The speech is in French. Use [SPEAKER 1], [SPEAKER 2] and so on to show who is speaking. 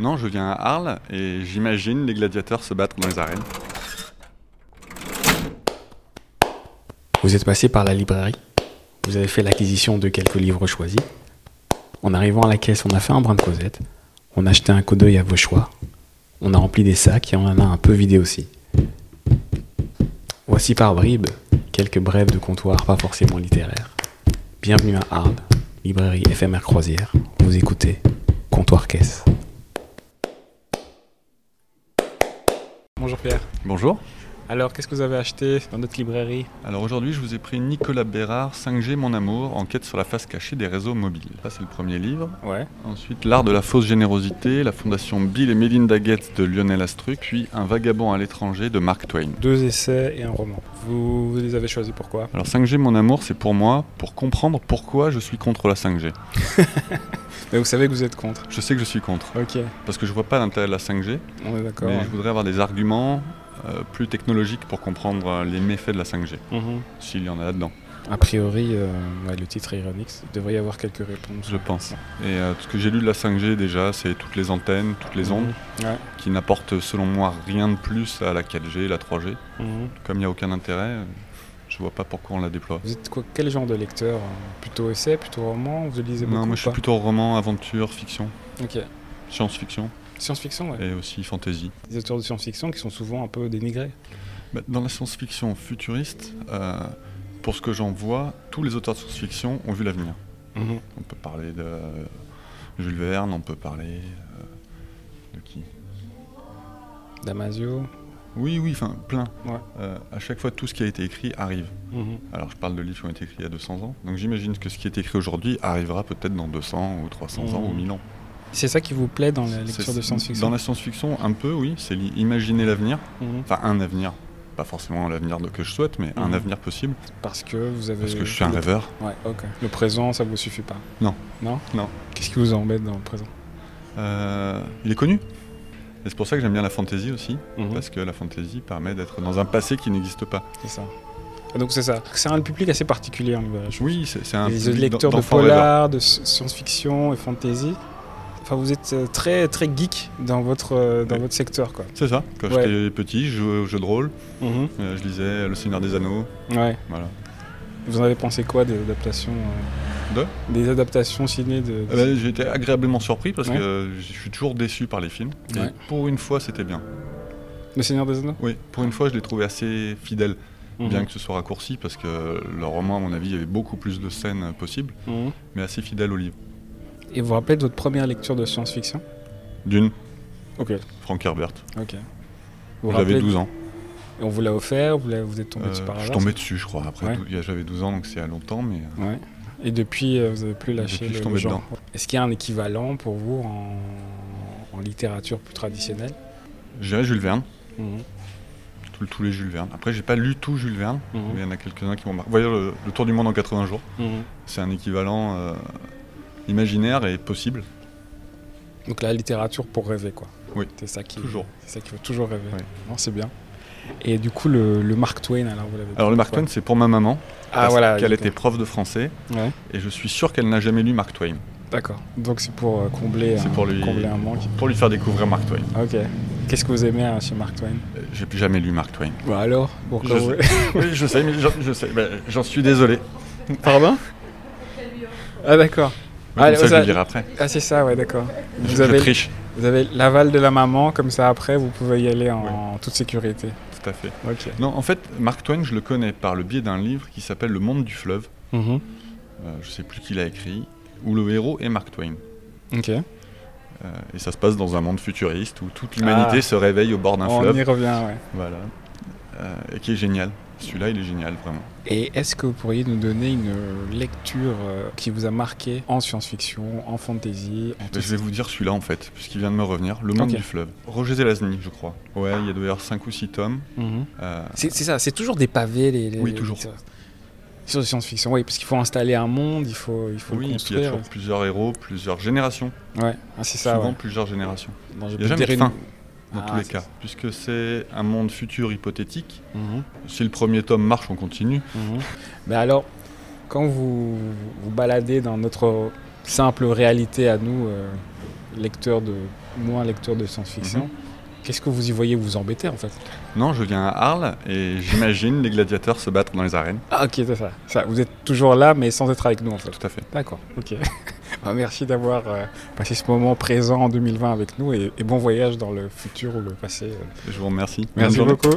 [SPEAKER 1] Non, je viens à Arles et j'imagine les gladiateurs se battre dans les arènes.
[SPEAKER 2] Vous êtes passé par la librairie, vous avez fait l'acquisition de quelques livres choisis. En arrivant à la caisse, on a fait un brin de Cosette, on a jeté un coup d'œil à vos choix, on a rempli des sacs et on en a un peu vidé aussi. Voici par bribes quelques brèves de comptoir pas forcément littéraires. Bienvenue à Arles, librairie éphémère croisière. Vous écoutez Comptoir Caisse.
[SPEAKER 3] Bonjour Pierre.
[SPEAKER 1] Bonjour.
[SPEAKER 3] Alors, qu'est-ce que vous avez acheté dans notre librairie
[SPEAKER 1] Alors aujourd'hui, je vous ai pris Nicolas Bérard, 5G Mon Amour, enquête sur la face cachée des réseaux mobiles. Ça, c'est le premier livre.
[SPEAKER 3] Ouais.
[SPEAKER 1] Ensuite, L'Art de la fausse générosité, la fondation Bill et Melinda Gates de Lionel Astruc, puis Un vagabond à l'étranger de Mark Twain.
[SPEAKER 3] Deux essais et un roman. Vous, vous les avez choisis pourquoi
[SPEAKER 1] Alors 5G Mon Amour, c'est pour moi, pour comprendre pourquoi je suis contre la 5G.
[SPEAKER 3] Mais vous savez que vous êtes contre.
[SPEAKER 1] Je sais que je suis contre,
[SPEAKER 3] Ok,
[SPEAKER 1] parce que je vois pas l'intérêt de la 5G,
[SPEAKER 3] on est d'accord.
[SPEAKER 1] mais je voudrais avoir des arguments euh, plus technologiques pour comprendre euh, les méfaits de la 5G,
[SPEAKER 3] Mhm.
[SPEAKER 1] s'il y en a là-dedans,
[SPEAKER 3] A priori, euh, ouais, le titre est ironique. Il devrait y avoir quelques réponses.
[SPEAKER 1] je pense. Et euh, ce que j'ai lu de la 5G déjà, c'est toutes les antennes, toutes les ondes,
[SPEAKER 3] Mhm. Ouais.
[SPEAKER 1] qui n'apportent selon moi rien de plus à la 4G, la 3G.
[SPEAKER 3] Mhm.
[SPEAKER 1] Comme il n'y a aucun intérêt, euh, je vois pas pourquoi on la déploie.
[SPEAKER 3] Vous êtes quoi, quel genre de lecteur euh, Plutôt essai, plutôt roman Vous lisez beaucoup
[SPEAKER 1] Non, moi
[SPEAKER 3] ou
[SPEAKER 1] je suis
[SPEAKER 3] pas
[SPEAKER 1] plutôt roman, aventure, fiction,
[SPEAKER 3] Ok.
[SPEAKER 1] science-fiction
[SPEAKER 3] Science-fiction, ouais.
[SPEAKER 1] et aussi fantasy.
[SPEAKER 3] Des auteurs de science-fiction qui sont souvent un peu dénigrés.
[SPEAKER 1] Bah, Dans la science-fiction futuriste, euh, pour ce que j'en vois, tous les auteurs de science-fiction ont vu l'avenir. On peut parler de euh, Jules Verne, on peut parler euh, de qui
[SPEAKER 3] Damasio.
[SPEAKER 1] Oui, oui, enfin plein.
[SPEAKER 3] Ouais.
[SPEAKER 1] Euh, à chaque fois, tout ce qui a été écrit arrive.
[SPEAKER 3] Mhm.
[SPEAKER 1] Alors je parle de livres qui ont été écrits il y a 200 ans, donc j'imagine que ce qui est écrit aujourd'hui arrivera peut-être dans 200 ou 300 ans
[SPEAKER 3] Mhm.
[SPEAKER 1] ou 1000 ans.
[SPEAKER 3] C'est ça qui vous plaît dans la lecture
[SPEAKER 1] C'est-
[SPEAKER 3] de
[SPEAKER 1] Dans
[SPEAKER 3] science-fiction
[SPEAKER 1] la science-fiction, un peu, oui, c'est li- imaginer l'avenir,
[SPEAKER 3] Mhm.
[SPEAKER 1] enfin un avenir. Pas forcément l'avenir de- que je souhaite, mais un
[SPEAKER 3] Mhm.
[SPEAKER 1] avenir possible,
[SPEAKER 3] Parce que vous avez.
[SPEAKER 1] parce que je suis un rêveur.
[SPEAKER 3] Ouais, ok. Le présent, ça vous suffit pas
[SPEAKER 1] Non.
[SPEAKER 3] Non
[SPEAKER 1] Non.
[SPEAKER 3] Qu'est-ce qui vous embête dans le présent
[SPEAKER 1] Euh, il est connu. Et c'est pour ça que j'aime bien la fantasy
[SPEAKER 3] Mhm.
[SPEAKER 1] aussi, parce que la fantasy permet d'être dans un passé qui n'existe pas.
[SPEAKER 3] C'est ça. Ah, Donc c'est ça. C'est un public assez particulier. hein, voilà, je-
[SPEAKER 1] Oui, c'est c'est un
[SPEAKER 3] Les
[SPEAKER 1] public
[SPEAKER 3] lecteurs de
[SPEAKER 1] d'enfants rêveurs.
[SPEAKER 3] polar, de s- science-fiction et fantasy. Enfin, vous êtes euh, très très geek dans votre euh, dans
[SPEAKER 1] Ouais.
[SPEAKER 3] votre secteur, quoi.
[SPEAKER 1] C'est ça. Quand
[SPEAKER 3] Ouais.
[SPEAKER 1] j'étais petit, je jouais aux jeux de rôle, euh, je lisais Le Seigneur des Anneaux,
[SPEAKER 3] Ouais.
[SPEAKER 1] voilà.
[SPEAKER 3] Vous en avez pensé quoi des adaptations euh, Des adaptations ciné de.
[SPEAKER 1] Ah bah, J'ai été agréablement surpris parce
[SPEAKER 3] Ouais.
[SPEAKER 1] que je suis toujours déçu par les films. Et
[SPEAKER 3] Ouais.
[SPEAKER 1] pour une fois, c'était bien.
[SPEAKER 3] Le Seigneur des Anneaux.
[SPEAKER 1] Oui, pour une fois, je l'ai trouvé assez fidèle, bien
[SPEAKER 3] Mhm.
[SPEAKER 1] que ce soit raccourci, parce que le roman, à mon avis, il y avait beaucoup plus de scènes euh, possibles,
[SPEAKER 3] Mhm.
[SPEAKER 1] mais assez fidèle au livre.
[SPEAKER 3] Et vous vous rappelez de votre première lecture de science-fiction
[SPEAKER 1] D'une,
[SPEAKER 3] Ok.
[SPEAKER 1] Frank Herbert.
[SPEAKER 3] Ok. Vous vous
[SPEAKER 1] J'avais
[SPEAKER 3] rappelez-
[SPEAKER 1] 12 ans.
[SPEAKER 3] Et On vous l'a offert, vous, l'a- vous êtes tombé dessus
[SPEAKER 1] Euh,
[SPEAKER 3] par
[SPEAKER 1] je
[SPEAKER 3] hasard
[SPEAKER 1] tombais dessus, je crois. Après,
[SPEAKER 3] Ouais.
[SPEAKER 1] dou- il y a- j'avais 12 ans, donc c'est à longtemps, mais euh,
[SPEAKER 3] Ouais. Et depuis, euh, vous n'avez plus lâché
[SPEAKER 1] Depuis, je
[SPEAKER 3] le,
[SPEAKER 1] tombais
[SPEAKER 3] le genre. Est-ce qu'il y a un équivalent pour vous en, en littérature plus traditionnelle
[SPEAKER 1] je dirais Jules Verne, tout- tous les Jules Verne. Après, j'ai pas lu tout Jules Verne,
[SPEAKER 3] Mhm.
[SPEAKER 1] mais il y en a quelques-uns qui m'ont marqué. Voyez le, le Tour du monde en 80 jours, c'est un équivalent euh, imaginaire et possible,
[SPEAKER 3] Donc la littérature pour rêver, quoi.
[SPEAKER 1] Oui.
[SPEAKER 3] C'est ça qui.
[SPEAKER 1] toujours.
[SPEAKER 3] C'est ça qu'il faut toujours rêver.
[SPEAKER 1] Ouais.
[SPEAKER 3] Non, c'est bien. Et du coup, le, le Mark Twain, alors vous l'avez.
[SPEAKER 1] Alors, le Mark
[SPEAKER 3] quoi.
[SPEAKER 1] Twain, c'est pour ma maman,
[SPEAKER 3] Ah
[SPEAKER 1] parce
[SPEAKER 3] voilà.
[SPEAKER 1] qu'elle
[SPEAKER 3] d'accord.
[SPEAKER 1] était prof de français,
[SPEAKER 3] Ouais.
[SPEAKER 1] et je suis sûr qu'elle n'a jamais lu Mark Twain,
[SPEAKER 3] D'accord. Donc c'est pour euh, combler,
[SPEAKER 1] C'est
[SPEAKER 3] un,
[SPEAKER 1] pour lui-
[SPEAKER 3] combler un manque.
[SPEAKER 1] pour lui faire découvrir Mark Twain.
[SPEAKER 3] Ok. Qu'est-ce que vous aimez hein, chez Mark Twain
[SPEAKER 1] Euh, J'ai plus jamais lu Mark Twain.
[SPEAKER 3] Bah alors Pourquoi
[SPEAKER 1] Je- oui, je sais, mais j'en je sais, bah, j'en suis désolé.
[SPEAKER 3] Pardon Ah d'accord.
[SPEAKER 1] Mais
[SPEAKER 3] Allez,
[SPEAKER 1] comme ça, je
[SPEAKER 3] ça-
[SPEAKER 1] le lirai après.
[SPEAKER 3] Ah c'est ça, ouais, d'accord.
[SPEAKER 1] Je-
[SPEAKER 3] Vous
[SPEAKER 1] je
[SPEAKER 3] avez,
[SPEAKER 1] triche,
[SPEAKER 3] vous avez l'aval de la maman, comme ça après vous pouvez y aller en, en toute sécurité.
[SPEAKER 1] tout à fait.
[SPEAKER 3] Ok.
[SPEAKER 1] Non, en fait, Mark Twain, je le connais par le biais d'un livre qui s'appelle Le Monde du Fleuve.
[SPEAKER 3] Mhm.
[SPEAKER 1] Euh, je sais plus qui l'a écrit, où le héros est Mark Twain.
[SPEAKER 3] Ok.
[SPEAKER 1] Euh, et ça se passe dans un monde futuriste où toute l'humanité se réveille au bord d'un
[SPEAKER 3] On
[SPEAKER 1] fleuve.
[SPEAKER 3] y revient, ouais.
[SPEAKER 1] Voilà. Euh, et qui est génial. Celui-là, il est génial, vraiment.
[SPEAKER 3] Et est-ce que vous pourriez nous donner une lecture euh, qui vous a marqué en science-fiction, en fantasy, en tout
[SPEAKER 1] Mais je vais vous dire celui-là, en fait, puisqu'il vient de me revenir. Le Monde
[SPEAKER 3] Ok.
[SPEAKER 1] du Fleuve. Roger Zelazny, je crois. Ouais, il y a d'ailleurs 5 ou 6 tomes.
[SPEAKER 3] Mhm.
[SPEAKER 1] Euh,
[SPEAKER 3] C'est c'est ça, c'est toujours des pavés les. les-
[SPEAKER 1] Oui,
[SPEAKER 3] les-
[SPEAKER 1] toujours.
[SPEAKER 3] les- Sur la science-fiction, oui, parce qu'il faut installer un monde, il faut, il faut
[SPEAKER 1] oui,
[SPEAKER 3] le
[SPEAKER 1] et puis il y a
[SPEAKER 3] construire.
[SPEAKER 1] toujours plusieurs héros, plusieurs générations.
[SPEAKER 3] Ouais, Ah, c'est ça.
[SPEAKER 1] souvent
[SPEAKER 3] ouais.
[SPEAKER 1] plusieurs générations.
[SPEAKER 3] Non, je
[SPEAKER 1] Il y a
[SPEAKER 3] peux
[SPEAKER 1] jamais
[SPEAKER 3] dire
[SPEAKER 1] de fin, Dans
[SPEAKER 3] Ah,
[SPEAKER 1] tous les
[SPEAKER 3] c'est
[SPEAKER 1] cas.
[SPEAKER 3] ça.
[SPEAKER 1] Puisque c'est un monde futur hypothétique.
[SPEAKER 3] Mhm.
[SPEAKER 1] Si le premier tome marche, on continue.
[SPEAKER 3] Mais alors, quand vous vous baladez dans notre simple réalité à nous, euh, lecteur de, moins lecteur de science-fiction, qu'est-ce que vous y voyez vous embêter en fait
[SPEAKER 1] Non, je viens à Arles et j'imagine les gladiateurs se battre dans les arènes.
[SPEAKER 3] Ah ok, c'est ça. ça. Vous êtes toujours là mais sans être avec nous en fait.
[SPEAKER 1] Tout à fait.
[SPEAKER 3] D'accord, ok. Bah, merci d'avoir euh, passé ce moment présent en 2020 avec nous et, et bon voyage dans le futur ou le passé. euh.
[SPEAKER 1] Je vous remercie. Bonne
[SPEAKER 3] Merci
[SPEAKER 1] journée.
[SPEAKER 3] beaucoup.